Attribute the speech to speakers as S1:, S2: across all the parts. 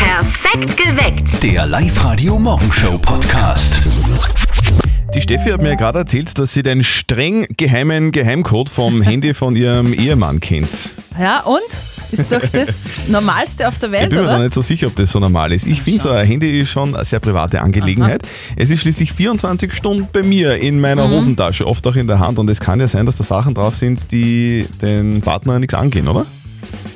S1: Perfekt geweckt.
S2: Der Live-Radio Morgenshow Podcast.
S3: Die Steffi hat mir gerade erzählt, dass sie den streng geheimen Geheimcode vom Handy von ihrem Ehemann kennt.
S4: Ja, und? Ist doch das Normalste auf der
S3: Ich
S4: Welt,
S3: bin mir noch
S4: oder?
S3: nicht so sicher, ob das so normal ist. Ich finde, so ein Handy ist schon eine sehr private Angelegenheit. Es ist schließlich 24 Stunden bei mir in meiner Hosentasche, oft auch in der Hand. Und es kann ja sein, dass da Sachen drauf sind, die den Partner nichts angehen, oder?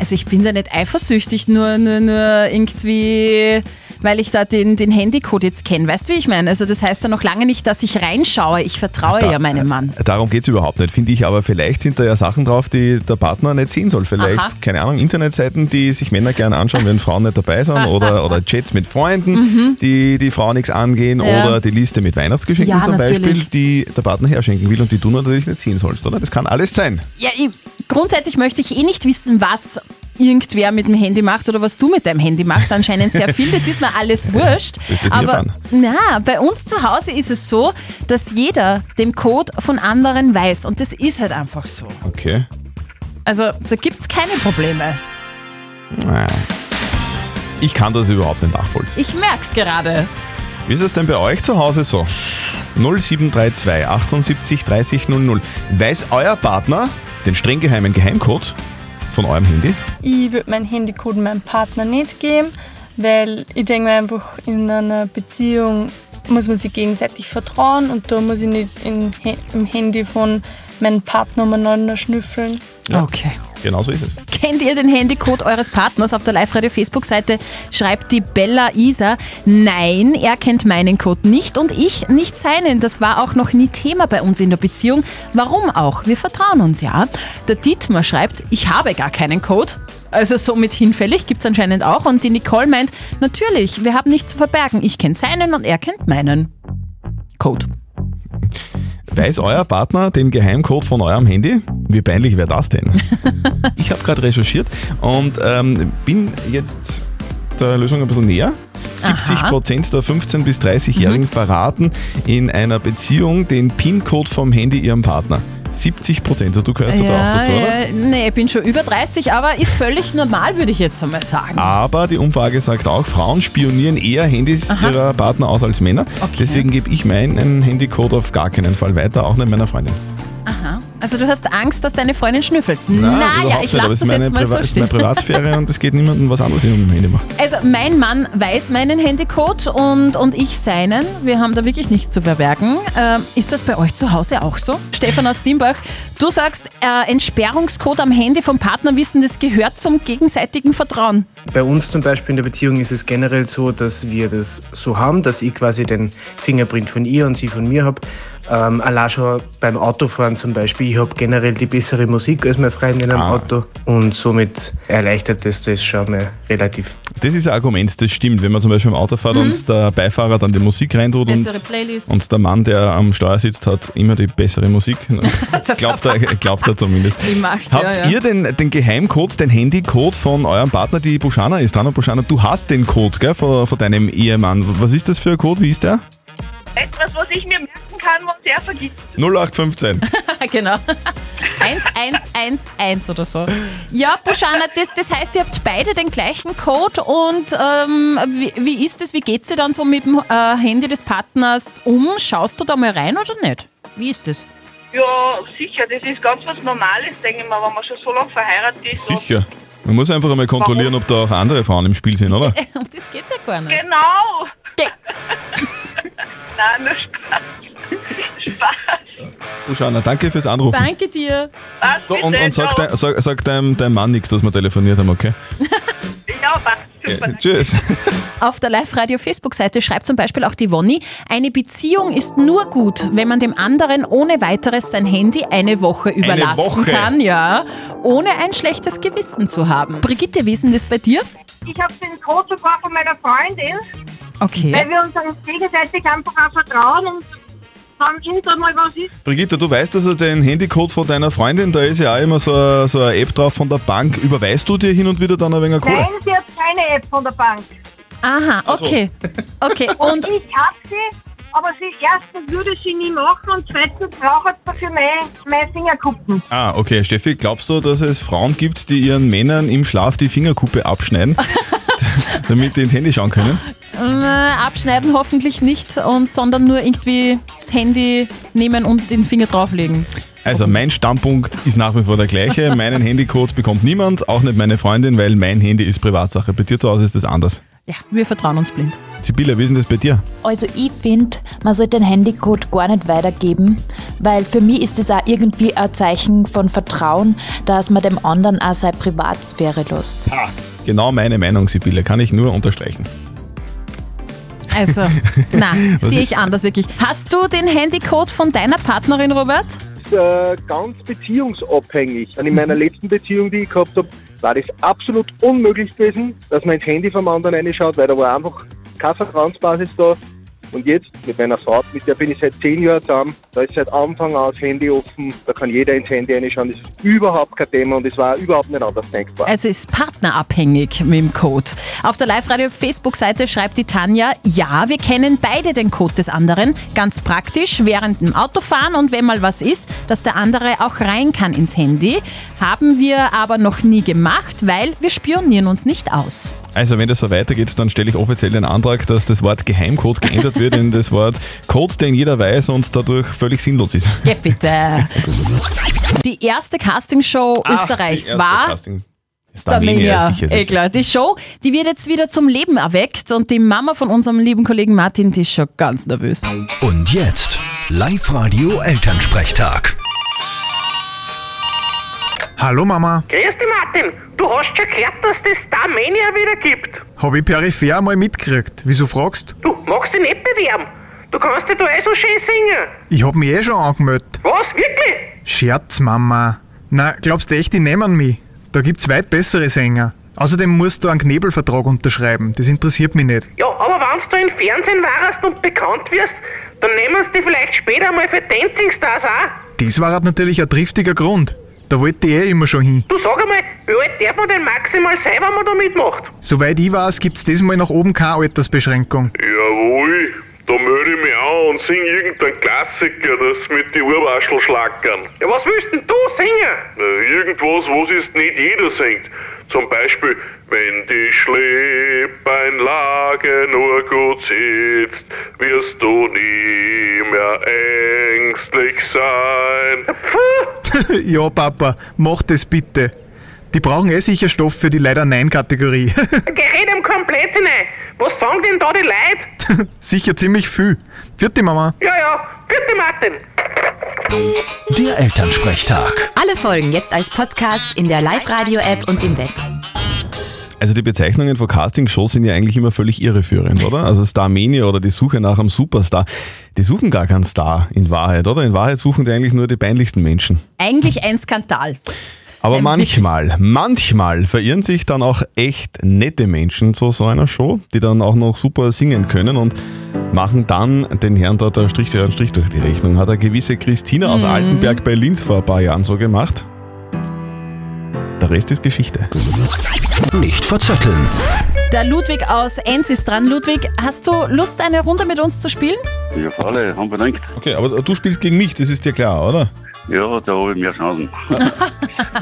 S4: Also ich bin da nicht eifersüchtig, nur, nur, nur irgendwie, weil ich da den, den Handycode jetzt kenne. Weißt du, wie ich meine? Also das heißt ja noch lange nicht, dass ich reinschaue. Ich vertraue ja meinem
S3: äh,
S4: Mann.
S3: Darum geht es überhaupt nicht, finde ich. Aber vielleicht sind da ja Sachen drauf, die der Partner nicht sehen soll. Vielleicht,
S4: Aha.
S3: keine Ahnung, Internetseiten, die sich Männer gerne anschauen, wenn Frauen nicht dabei sind. Oder, oder Chats mit Freunden, die die Frau nichts angehen.
S4: Mhm. Ja.
S3: Oder die Liste mit Weihnachtsgeschenken
S4: Ja,
S3: zum Beispiel,
S4: natürlich.
S3: die der Partner herschenken will und die du natürlich nicht sehen sollst, oder? Das kann alles sein.
S4: Ja, ich, grundsätzlich möchte ich eh nicht wissen, was irgendwer mit dem Handy macht oder was du mit deinem Handy machst. Anscheinend sehr viel, das ist mir alles wurscht.
S3: Wirst du's nie
S4: Aber
S3: erfahren.
S4: na, bei uns zu Hause ist es so, dass jeder den Code von anderen weiß. Und das ist halt einfach so.
S3: Okay.
S4: Also da gibt es keine Probleme.
S3: Ah. Ich kann das überhaupt nicht nachvollziehen.
S4: Ich merk's gerade.
S3: Wie ist es denn bei euch zu Hause so? 0732 78 30 00. Weiß euer Partner den streng geheimen Geheimcode von eurem Handy?
S5: Ich würde meinen Handycode meinem Partner nicht geben, weil ich denke mir einfach, in einer Beziehung muss man sich gegenseitig vertrauen und da muss ich nicht in, He- im Handy von meinem Partner umeinander schnüffeln.
S4: Okay.
S3: Genau so ist es.
S4: Kennt ihr den Handycode eures Partners auf der Live-Radio-Facebook-Seite? Schreibt die Bella Isa. Nein, er kennt meinen Code nicht und ich nicht seinen. Das war auch noch nie Thema bei uns in der Beziehung. Warum auch? Wir vertrauen uns ja. Der Dietmar schreibt, ich habe gar keinen Code. Also somit hinfällig gibt's anscheinend auch. Und die Nicole meint, natürlich, wir haben nichts zu verbergen. Ich kenne seinen und er kennt meinen. Code.
S3: Weiß euer Partner den Geheimcode von eurem Handy? Wie peinlich wäre das denn? ich habe gerade recherchiert und ähm, bin jetzt der Lösung ein bisschen näher. 70 Prozent der 15- bis 30-Jährigen verraten in einer Beziehung den PIN-Code vom Handy ihrem Partner. 70 Prozent, du gehörst ja, da auch dazu, oder?
S4: ja, nee, ich bin schon über 30, aber ist völlig normal, würde ich jetzt einmal sagen.
S3: Aber die Umfrage sagt auch, Frauen spionieren eher Handys ihrer Partner aus als Männer. Deswegen gebe ich meinen Handycode auf gar keinen Fall weiter, auch nicht meiner Freundin.
S4: Also du hast Angst, dass deine Freundin schnüffelt. naja,
S3: überhaupt
S4: ich
S3: nicht, aber
S4: lasse
S3: es
S4: das
S3: ist meine
S4: jetzt mal
S3: Priva-
S4: so
S3: es ist meine
S4: stehen.
S3: Privatsphäre und es geht niemandem was anderes in meinem Handy machen.
S4: Also mein Mann weiß meinen Handycode und, und ich seinen. Wir haben da wirklich nichts zu verbergen. Ähm, ist das bei euch zu Hause auch so? Stefan aus Dimbach, du sagst, äh, Entsperrungscode am Handy vom Partner wissen, das gehört zum gegenseitigen Vertrauen.
S6: Bei uns zum Beispiel in der Beziehung ist es generell so, dass wir das so haben, dass ich quasi den Fingerprint von ihr und sie von mir habe. Ähm, allein schon beim Autofahren zum Beispiel, ich habe generell die bessere Musik als meine Freundin am
S3: Ah.
S6: Auto und somit erleichtert das das schon mal relativ.
S3: Das ist ein Argument, das stimmt. Wenn man zum Beispiel im Auto fährt und der Beifahrer dann die Musik reintut und,
S4: Mhm. Bessere Playlist.
S3: und der Mann, der am Steuer sitzt, hat immer die bessere Musik.
S4: Das
S3: glaubt, er, glaubt er zumindest.
S4: Die Macht,
S3: Habt
S4: ja, ja.
S3: ihr den, den Geheimcode, den Handycode von eurem Partner, die Buschana ist? Dana Buschana, du hast den Code gell, von, von deinem Ehemann. Was ist das für ein Code? Wie ist der?
S7: Etwas, was ich mir merken kann, was er vergisst.
S3: 0815.
S4: genau. Eins, eins, eins, eins oder so. Ja, Boschana, das, das heißt, ihr habt beide den gleichen Code und ähm, wie, wie ist es, wie geht sie dann so mit dem äh, Handy des Partners um? Schaust du da mal rein oder nicht? Wie ist das?
S7: Ja, sicher, das ist ganz was Normales, denke ich mal, wenn man schon so lange verheiratet ist.
S3: Sicher. Man muss einfach einmal kontrollieren, ob da auch andere Frauen im Spiel sind, oder?
S4: Um das geht's ja gar nicht.
S7: Genau.
S4: Ge
S7: Nein, nur Spaß. Spaß.
S3: Buschana, danke fürs Anrufen.
S4: Danke dir.
S7: Was,
S3: So, und,
S7: bitte?
S3: und sag,
S7: Ja,
S3: dein, sag, sag deinem, deinem Mann nichts, dass wir telefoniert haben, okay?
S7: Ja, was, super.
S3: Tschüss.
S4: Auf der Live-Radio-Facebook-Seite schreibt zum Beispiel auch die Wonny, eine Beziehung ist nur gut, wenn man dem anderen ohne weiteres sein Handy eine Woche überlassen
S3: Woche.
S4: kann, ja, ohne ein schlechtes Gewissen zu haben. Brigitte, wie ist denn das bei dir?
S8: Ich habe den Code sogar von meiner Freundin, weil
S4: Okay.
S8: wir uns dann gegenseitig einfach auch vertrauen und dann irgendwann mal was ist.
S3: Brigitte, du weißt also den Handycode von deiner Freundin, da ist ja auch immer so eine, so eine App drauf von der Bank. Überweist du dir hin und wieder dann ein wenig Kohle?
S8: Nein, sie hat keine App von der Bank.
S4: Aha, okay. Okay, und
S8: Ich habe sie, aber sie erstens würde sie nie machen und zweitens braucht sie dafür meine, meine Fingerkuppen.
S3: Ah, okay. Steffi, glaubst du, dass es Frauen gibt, die ihren Männern im Schlaf die Fingerkuppe abschneiden? damit die ins Handy schauen können?
S4: Ähm, abschneiden hoffentlich nicht, und, sondern nur irgendwie das Handy nehmen und den Finger drauflegen.
S3: Also mein Standpunkt ist nach wie vor der gleiche. Meinen Handycode bekommt niemand, auch nicht meine Freundin, weil mein Handy ist Privatsache. Bei dir zu Hause ist das anders.
S4: Ja, wir vertrauen uns blind.
S3: Sibylle, wie ist denn das bei dir?
S1: Also ich finde, man sollte den Handycode gar nicht weitergeben, weil für mich ist es auch irgendwie ein Zeichen von Vertrauen, dass man dem anderen auch seine Privatsphäre lässt.
S3: Genau meine Meinung, Sibylle, kann ich nur unterstreichen.
S4: Also, na, sehe ich anders wirklich. Hast du den Handycode von deiner Partnerin, Robert?
S9: äh, ganz beziehungsabhängig. Und in meiner
S10: Mhm.
S9: letzten Beziehung, die ich gehabt habe, war das absolut unmöglich gewesen, dass man ins Handy vom anderen reinschaut, weil da war einfach keine Vertrauensbasis da. Und jetzt mit meiner Frau, mit der bin ich seit zehn Jahren zusammen, da ist seit Anfang an das Handy offen, da kann jeder ins Handy reinschauen, das ist überhaupt kein Thema und es war überhaupt nicht anders denkbar.
S4: Also ist partnerabhängig mit dem Code. Auf der Live-Radio-Facebook-Seite schreibt die Tanja, ja, wir kennen beide den Code des anderen. Ganz praktisch, während dem Autofahren und wenn mal was ist, dass der andere auch rein kann ins Handy. Haben wir aber noch nie gemacht, weil wir spionieren uns nicht aus.
S3: Also wenn das so weitergeht, dann stelle ich offiziell den Antrag, dass das Wort Geheimcode geändert wird in das Wort Code, den jeder weiß und dadurch völlig sinnlos ist.
S4: Geh bitte. Die erste Castingshow
S3: Die
S4: Österreichs
S3: erste
S4: war
S3: Casting- Starmania,
S4: Starmania.
S3: sicher, sicher.
S4: Eh klar, die Show, die wird jetzt wieder zum Leben erweckt und die Mama von unserem lieben Kollegen Martin, die ist schon ganz nervös.
S2: Und jetzt Live-Radio Elternsprechtag.
S10: Hallo Mama,
S7: Grüß dich, Martin. Du hast schon gehört, dass das Starmania wieder gibt.
S10: habe ich peripher mal mitgekriegt. Wieso fragst?
S7: Du magst dich nicht bewerben. Du kannst dich da eh so schön singen.
S10: Ich hab mich eh schon angemeldet.
S7: Was? Wirklich?
S10: Scherz, Mama. Na, glaubst du echt, die nehmen mich? Da gibt's weit bessere Sänger. Außerdem musst du einen Knebelvertrag unterschreiben. Das interessiert mich nicht.
S7: Ja, aber wenn du im Fernsehen warst und bekannt wirst, dann nehmen sie dich vielleicht später mal für Dancing Stars auch.
S10: Das war halt natürlich ein triftiger Grund. Da wollte ich eh immer schon hin.
S7: Du sag einmal, wie alt darf man denn maximal sein, wenn man da mitmacht?
S10: Soweit ich weiß, gibt's diesmal nach oben keine Altersbeschränkung.
S11: Jawohl, da melde ich mich an und sing irgendeinen Klassiker, das mit die Urwaschel schlackern.
S7: Ja, was willst denn du singen?
S11: Äh, Irgendwas, was es nicht jeder singt. Zum Beispiel, wenn die Schleppeinlage nur gut sitzt, wirst du nie mehr ängstlich sein.
S10: ja, Papa, mach das bitte. Die brauchen eh sicher Stoff für die leider Nein-Kategorie.
S7: Geh red ihm komplett hinein. Was sagen denn da die Leute?
S10: sicher ziemlich viel. Vierte Mama.
S7: Ja, ja, bitte Martin.
S2: Der Elternsprechtag.
S1: Alle Folgen jetzt als Podcast in der Live-Radio-App und im Web.
S3: Also die Bezeichnungen von Castingshows sind ja eigentlich immer völlig irreführend, oder? Also Starmania oder die Suche nach einem Superstar. Die suchen gar keinen Star in Wahrheit, oder? In Wahrheit suchen die eigentlich nur die peinlichsten Menschen.
S4: Eigentlich ein Skandal.
S3: Aber
S4: Ähm,
S3: manchmal, manchmal verirren sich dann auch echt nette Menschen zu so einer Show, die dann auch noch super singen können und machen dann den Herrn dort einen Strich, einen Strich durch die Rechnung. Hat eine gewisse Christina aus
S4: Mhm.
S3: Altenberg bei Linz vor ein paar Jahren so gemacht. Der Rest ist Geschichte.
S2: Nicht verzetteln.
S4: Der Ludwig aus Enns ist dran. Ludwig, hast du Lust, eine Runde mit uns zu spielen?
S11: Ja, alle, haben bedenkt.
S3: Okay, aber du spielst gegen mich, das ist dir klar, oder?
S11: Ja, da habe ich mehr Chancen.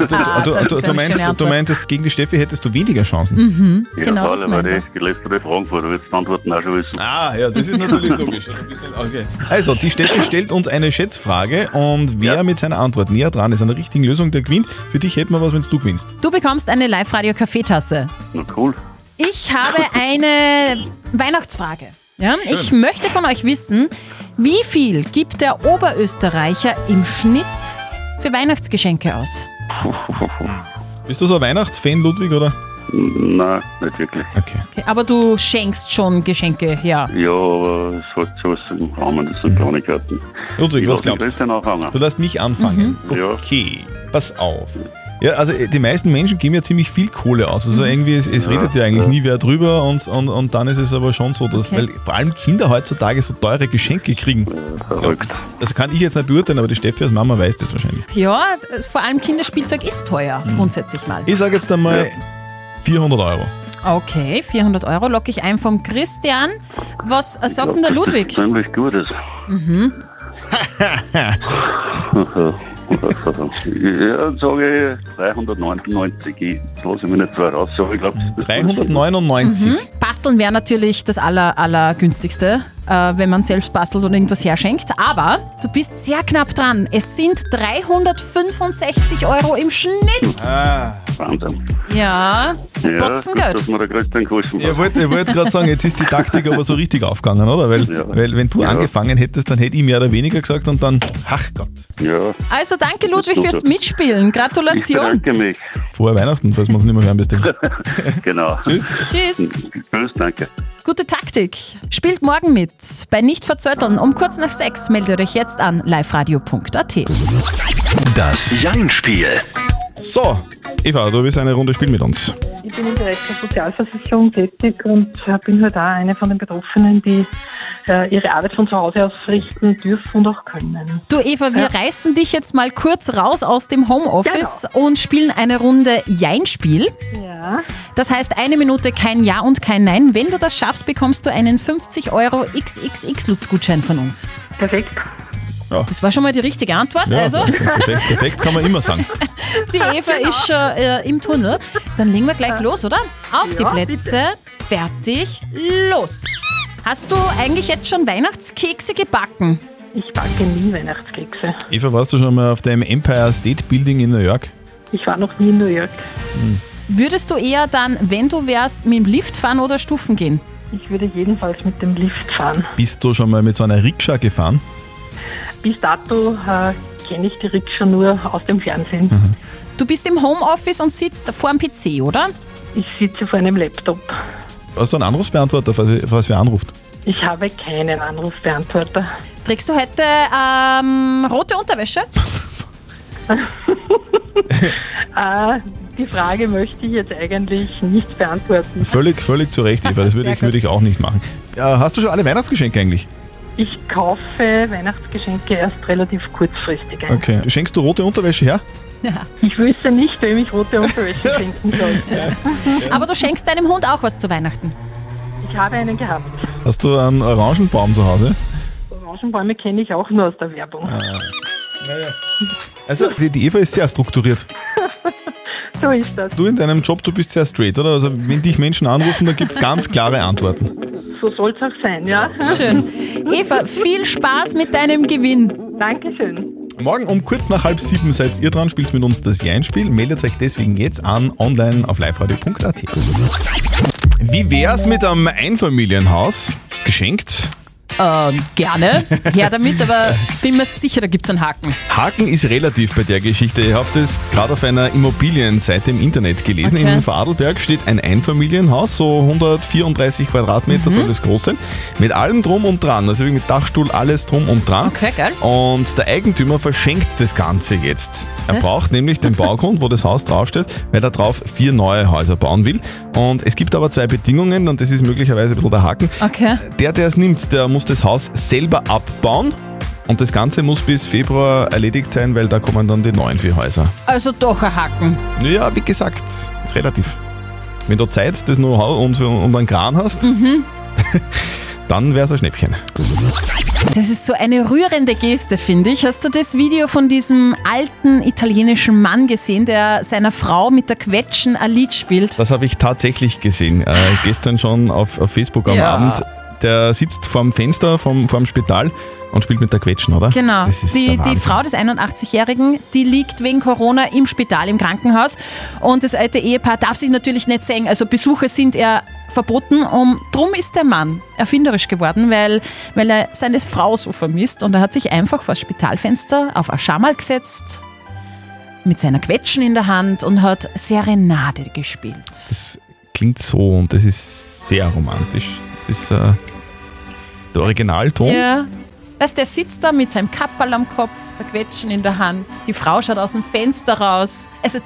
S4: Ah,
S3: du,
S4: das
S3: du,
S4: ist
S3: du,
S4: eine
S3: meinst,
S4: schöne
S3: du
S4: Antwort.
S3: meintest, gegen die Steffi hättest du weniger Chancen.
S4: Genau, das
S11: weil
S4: meint er.
S11: die gelästerte Frankfurter wird die Antworten auch schon wissen.
S3: Ah, ja, das ist natürlich logisch. Du bist nicht- Okay. Also, die Steffi stellt uns eine Schätzfrage und wer mit seiner Antwort näher dran ist an der richtigen Lösung, der gewinnt. Für dich hätten wir was, wenn du gewinnst.
S4: Du bekommst eine Live-Radio-Kaffeetasse.
S11: Na cool.
S4: Ich habe eine Weihnachtsfrage. Ja? Ich möchte von euch wissen, wie viel gibt der Oberösterreicher im Schnitt für Weihnachtsgeschenke aus?
S3: Bist du so ein Weihnachtsfan, Ludwig, oder?
S11: Nein, nicht wirklich.
S3: Okay.
S4: Okay, aber du schenkst schon Geschenke her.
S11: Ja, aber es hat sowas im Rahmen, das sind Kleinigkeiten.
S3: Ludwig, was
S11: lass den
S3: glaubst du?
S11: Christian anfangen.
S3: Du lässt mich anfangen.
S11: Ja.
S3: Okay, pass auf. Ja, also äh, die meisten Menschen geben ja ziemlich viel Kohle aus. Also irgendwie, es, es redet ja eigentlich nie wer drüber und, und, und dann ist es aber schon so, dass,
S4: Okay.
S3: weil vor allem Kinder heutzutage so teure Geschenke kriegen.
S11: Verrückt.
S3: Also kann ich jetzt nicht beurteilen, aber die Steffi als Mama weiß das wahrscheinlich.
S4: Ja, vor allem Kinderspielzeug ist teuer, grundsätzlich mal.
S3: Ich sage jetzt einmal 400 Euro.
S4: Okay, 400 Euro locke ich ein vom Christian. Was sagt denn der
S12: also.
S4: Mhm.
S11: Das ist
S4: Ludwig?
S11: Ziemlich gut ist.
S12: ja, sage ich 399. Ich lasse mich nicht zwei raus, aber ich glaube,
S3: 399.
S4: Mhm. Basteln wäre natürlich das aller, aller günstigste, äh, wenn man selbst bastelt und irgendwas herschenkt. Aber du bist sehr knapp dran. Es sind 365 Euro im Schnitt.
S12: Wahnsinn. Ja,
S4: Ja, Botzengeld.
S12: gut, dass wir da gerade den Kosten
S3: Ich wollte ich wollte gerade sagen, jetzt ist die Taktik aber so richtig aufgegangen, oder? Weil, weil wenn du angefangen hättest, dann hätte ich mehr oder weniger gesagt und dann, ach Gott.
S12: Ja.
S4: Also danke Ludwig
S3: tut
S4: fürs
S3: er.
S4: Mitspielen. Gratulation.
S12: mich.
S3: Frohe Weihnachten, falls wir uns nicht mehr hören bis dahin.
S12: genau.
S3: Tschüss.
S4: Tschüss.
S12: Tschüss, danke.
S4: Gute Taktik. Spielt morgen mit bei Nicht verzötteln. Um kurz nach sechs meldet euch jetzt an liveradio.at.
S2: Das Jein-Spiel.
S3: So, Eva, du willst eine Runde spielen mit uns.
S13: Ich bin im Bereich der Sozialversicherung tätig und äh, bin halt auch eine von den Betroffenen, die äh, ihre Arbeit von zu Hause aus verrichten dürfen und auch können.
S4: Du Eva, wir
S13: Ja.
S4: reißen dich jetzt mal kurz raus aus dem Homeoffice und spielen eine Runde Jein-Spiel.
S13: Genau. Ja.
S4: Das heißt eine Minute kein Ja und kein Nein. Wenn du das schaffst, bekommst du einen 50 Euro XXX-Lutz-Gutschein von uns.
S13: Perfekt.
S4: Das war schon mal die richtige Antwort.
S3: Ja,
S4: also.
S3: perfekt, perfekt kann man immer sagen.
S4: Die Eva
S13: genau.
S4: ist schon äh, im Tunnel. Dann legen wir gleich los, oder? Auf die
S13: Ja,
S4: Plätze. Fertig. Los. Hast du eigentlich jetzt schon Weihnachtskekse gebacken?
S13: Ich backe nie Weihnachtskekse.
S3: Eva, warst du schon mal auf dem Empire State Building in New York?
S13: Ich war noch nie in New York.
S4: Würdest du eher dann, wenn du wärst, mit dem Lift fahren oder Stufen gehen?
S13: Ich würde jedenfalls mit dem Lift fahren.
S3: Bist du schon mal mit so einer Rikscha gefahren?
S13: Bis dato äh, kenne ich die Rikscha nur aus dem Fernsehen.
S4: Du bist im Homeoffice und sitzt vor dem PC, oder?
S13: Ich sitze vor einem Laptop.
S3: Hast du einen Anrufsbeantworter, falls, falls wer anruft?
S13: Ich habe keinen Anrufbeantworter.
S4: Trägst du heute ähm, rote Unterwäsche?
S13: Äh, die Frage möchte ich jetzt eigentlich nicht beantworten.
S3: Völlig, völlig zu Recht, Eva. Das würde
S13: Sehr
S3: ich, würde
S13: gut.
S3: ich auch nicht machen. Äh, hast du schon alle Weihnachtsgeschenke eigentlich?
S13: Ich kaufe Weihnachtsgeschenke erst relativ kurzfristig ein.
S3: Okay. Schenkst du rote Unterwäsche her?
S13: Ich wüsste nicht, wem ich rote Unterwäsche schenken sollte.
S4: Aber du schenkst deinem Hund auch was zu Weihnachten.
S13: Ich habe einen gehabt.
S3: Hast du einen Orangenbaum zu Hause?
S13: Orangenbäume kenne ich auch nur aus der Werbung.
S3: Also, die, die Eva ist sehr strukturiert.
S13: So ist das.
S3: Du in deinem Job, du bist sehr straight, oder? Also, wenn dich Menschen anrufen, dann gibt es ganz klare Antworten.
S13: So soll es auch sein, ja?
S4: Schön. Eva, viel Spaß mit deinem Gewinn.
S13: Dankeschön.
S3: Morgen um kurz nach halb sieben seid ihr dran, spielt mit uns das Jein-Spiel. Meldet euch deswegen jetzt an, online auf liveradio.at. Wie wär's mit einem Einfamilienhaus? Geschenkt?
S4: Ähm, gerne. Her damit, aber bin mir sicher, da gibt es einen Haken.
S3: Haken ist relativ bei der Geschichte. Ihr habt es gerade auf einer Immobilienseite im Internet gelesen.
S4: Okay.
S3: In Vorarlberg steht ein Einfamilienhaus, so 134
S4: Mhm.
S3: Quadratmeter soll das groß sein, mit allem drum und dran, also wirklich mit Dachstuhl, alles drum und dran.
S4: Okay, geil.
S3: Und der Eigentümer verschenkt das Ganze jetzt. Er
S4: Hä?
S3: braucht nämlich den Baugrund, wo das Haus draufsteht, weil er drauf vier neue Häuser bauen will. Und es gibt aber zwei Bedingungen und das ist möglicherweise ein bisschen der Haken.
S4: Okay.
S3: Der, der es nimmt, der muss das Haus selber abbauen und das Ganze muss bis Februar erledigt sein, weil da kommen dann die neuen vier Häuser.
S4: Also doch ein Haken.
S3: Naja, wie gesagt, ist relativ. Wenn du Zeit, das Know-how und, und einen Kran hast, dann wär's ein Schnäppchen.
S4: Das ist so eine rührende Geste, finde ich. Hast du das Video von diesem alten italienischen Mann gesehen, der seiner Frau mit der Quetschen ein Lied spielt?
S3: Das habe ich tatsächlich gesehen. Äh, gestern schon auf, auf Facebook am
S4: Ja.
S3: Abend. Der sitzt vorm Fenster, vorm, vorm Spital und spielt mit der Quetschen, oder?
S4: Genau.
S3: Das ist
S4: Die,
S3: der
S4: die
S3: Wahnsinn.
S4: Frau des 81-Jährigen, die liegt wegen Corona im Spital, im Krankenhaus. Und das alte Ehepaar darf sich natürlich nicht sehen. Also Besuche sind er verboten. Und drum ist der Mann erfinderisch geworden, weil, weil er seine Frau so vermisst. Und er hat sich einfach vor das Spitalfenster auf ein Schamal gesetzt, mit seiner Quetschen in der Hand und hat Serenade gespielt.
S3: Das klingt so und das ist sehr romantisch. Das ist äh, der Originalton.
S4: Ja. Weißt, der sitzt da mit seinem Kapperl am Kopf, der Quetschen in der Hand, die Frau schaut aus dem Fenster raus. Also,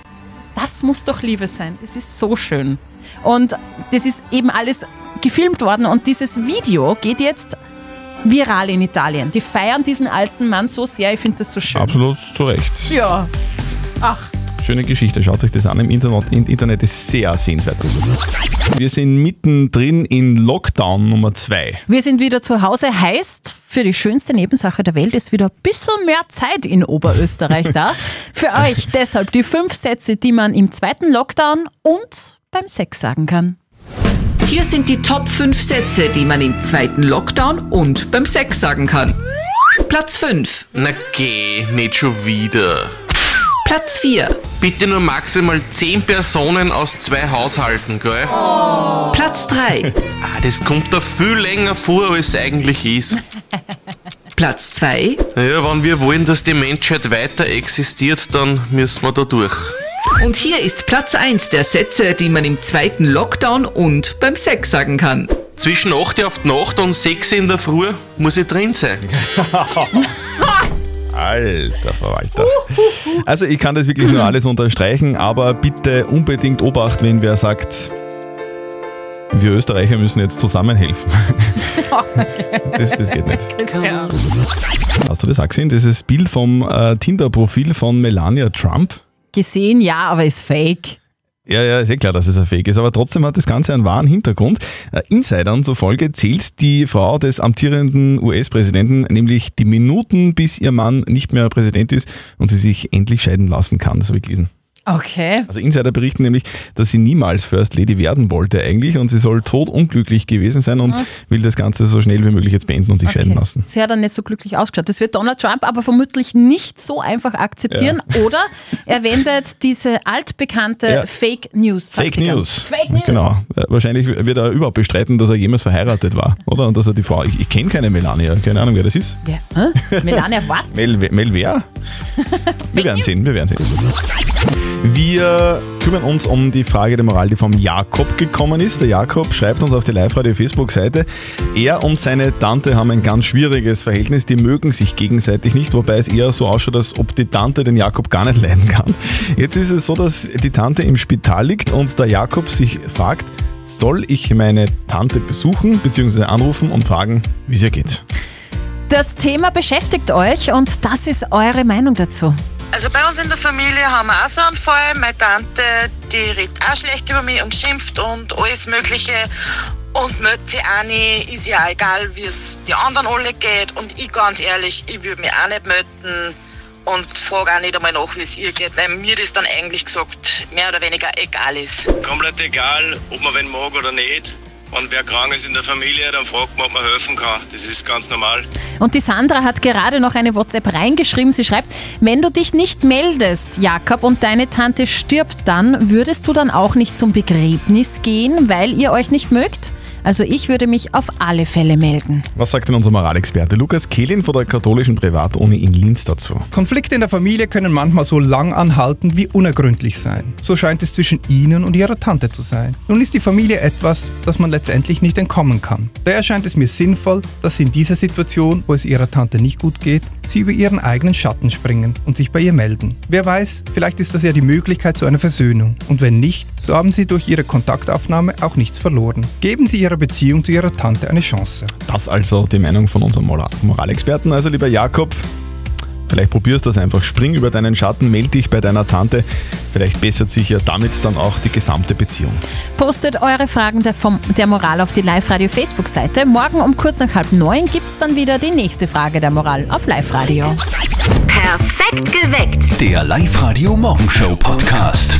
S4: das muss doch Liebe sein. Es ist so schön. Und das ist eben alles gefilmt worden und dieses Video geht jetzt viral in Italien. Die feiern diesen alten Mann so sehr, ich finde das so schön.
S3: Absolut zu Recht.
S4: Ja. Ach,
S3: Schöne Geschichte, schaut euch das an im Internet. Im Internet ist sehr sehenswert. Wir sind mittendrin in Lockdown Nummer 2.
S4: Wir sind wieder zu Hause, heißt, für die schönste Nebensache der Welt ist wieder ein bisschen mehr Zeit in Oberösterreich da. für euch deshalb die fünf Sätze, die man im zweiten Lockdown und beim Sex sagen kann.
S14: Hier sind die Top 5 Sätze, die man im zweiten Lockdown und beim Sex sagen kann. Platz 5.
S15: Na geh, nicht schon wieder.
S14: Platz 4.
S15: Bitte nur maximal 10 Personen aus zwei Haushalten, gell?
S14: Platz 3.
S15: Ah, das kommt da viel länger vor, als es eigentlich ist.
S14: Platz 2.
S15: Naja, wenn wir wollen, dass die Menschheit weiter existiert, dann müssen wir da durch.
S14: Und hier ist Platz 1 der Sätze, die man im zweiten Lockdown und beim Sex sagen kann.
S15: Zwischen 8 Uhr auf die Nacht und 6 Uhr in der Früh muss ich drin sein.
S3: Alter Verwalter. Also ich kann das wirklich nur alles unterstreichen, aber bitte unbedingt Obacht, wenn wer sagt, wir Österreicher müssen jetzt zusammenhelfen. Das, das geht nicht. Hast du das auch gesehen? Dieses Bild vom äh, Tinder-Profil von Melania Trump?
S4: Gesehen, ja, aber ist fake.
S3: Ja, ja, ist eh klar, dass es ein Fake ist, aber trotzdem hat das Ganze einen wahren Hintergrund. Äh, Insidern zufolge zählt die Frau des amtierenden US-Präsidenten nämlich die Minuten, bis ihr Mann nicht mehr Präsident ist und sie sich endlich scheiden lassen kann. Das habe ich gelesen.
S4: Okay.
S3: Also Insider berichten nämlich, dass sie niemals First Lady werden wollte eigentlich und sie soll todunglücklich gewesen sein und
S4: Mhm.
S3: will das Ganze so schnell wie möglich jetzt beenden und sich scheiden lassen.
S4: Sie hat dann nicht so glücklich ausgeschaut. Das wird Donald Trump aber vermutlich nicht so einfach akzeptieren. Oder er wendet diese altbekannte
S3: Ja.
S4: Fake News.
S3: Fake
S4: Taktik an.
S3: News.
S4: Fake News.
S3: Genau. Äh, Wahrscheinlich wird er überhaupt bestreiten, dass er jemals verheiratet war, oder? Und dass er die Frau. Ich, ich kenne keine Melania, keine Ahnung, wer das ist.
S4: Ja. Hä? Melania, what?
S3: Mel, Mel wer? Wir werden sehen, wir werden sehen. Wir kümmern uns um die Frage der Moral, die vom Jakob gekommen ist. Der Jakob schreibt uns auf die Live-Radio-Facebook-Seite, er und seine Tante haben ein ganz schwieriges Verhältnis, die mögen sich gegenseitig nicht, wobei es eher so ausschaut, als ob die Tante den Jakob gar nicht leiden kann. Jetzt ist es so, dass die Tante im Spital liegt und der Jakob sich fragt, soll ich meine Tante besuchen bzw. anrufen und fragen, wie es ihr geht?
S4: Das Thema beschäftigt euch und das ist eure Meinung dazu.
S16: Also bei uns in der Familie haben wir auch so einen Fall. Meine Tante, die redet auch schlecht über mich und schimpft und alles Mögliche. Und mögt sie auch nicht, ist ja auch egal, wie es die anderen alle geht. Und ich ganz ehrlich, ich würde mich auch nicht melden und frage auch nicht einmal nach, wie es ihr geht, weil mir das dann eigentlich gesagt mehr oder weniger egal ist.
S17: Komplett egal, ob man wen mag oder nicht. Und wer krank ist in der Familie, dann fragt man, ob man helfen kann. Das ist ganz normal.
S4: Und die Sandra hat gerade noch eine WhatsApp reingeschrieben. Sie schreibt, wenn du dich nicht meldest, Jakob, und deine Tante stirbt dann, würdest du dann auch nicht zum Begräbnis gehen, weil ihr euch nicht mögt? Also ich würde mich auf alle Fälle melden.
S3: Was sagt denn unser Moralexperte Lukas Kehlin von der katholischen Privatuni in Linz dazu?
S18: Konflikte in der Familie können manchmal so lang anhalten wie unergründlich sein. So scheint es zwischen Ihnen und Ihrer Tante zu sein. Nun ist die Familie etwas, das man letztendlich nicht entkommen kann. Daher erscheint es mir sinnvoll, dass Sie in dieser Situation, wo es Ihrer Tante nicht gut geht, Sie über Ihren eigenen Schatten springen und sich bei ihr melden. Wer weiß, vielleicht ist das ja die Möglichkeit zu einer Versöhnung. Und wenn nicht, so haben Sie durch Ihre Kontaktaufnahme auch nichts verloren. Geben Sie Ihrer Beziehung zu Ihrer Tante eine Chance.
S3: Das also die Meinung von unserem Moral- Moralexperten. Also lieber Jakob, vielleicht probierst du das einfach. Spring über deinen Schatten, melde dich bei deiner Tante. Vielleicht bessert sich ja damit dann auch die gesamte Beziehung.
S4: Postet eure Fragen der, vom, der Moral auf die Live-Radio Facebook-Seite. Morgen um kurz nach halb neun gibt es dann wieder die nächste Frage der Moral auf Live-Radio.
S19: Perfekt geweckt.
S2: Der Live-Radio Morgenshow Podcast.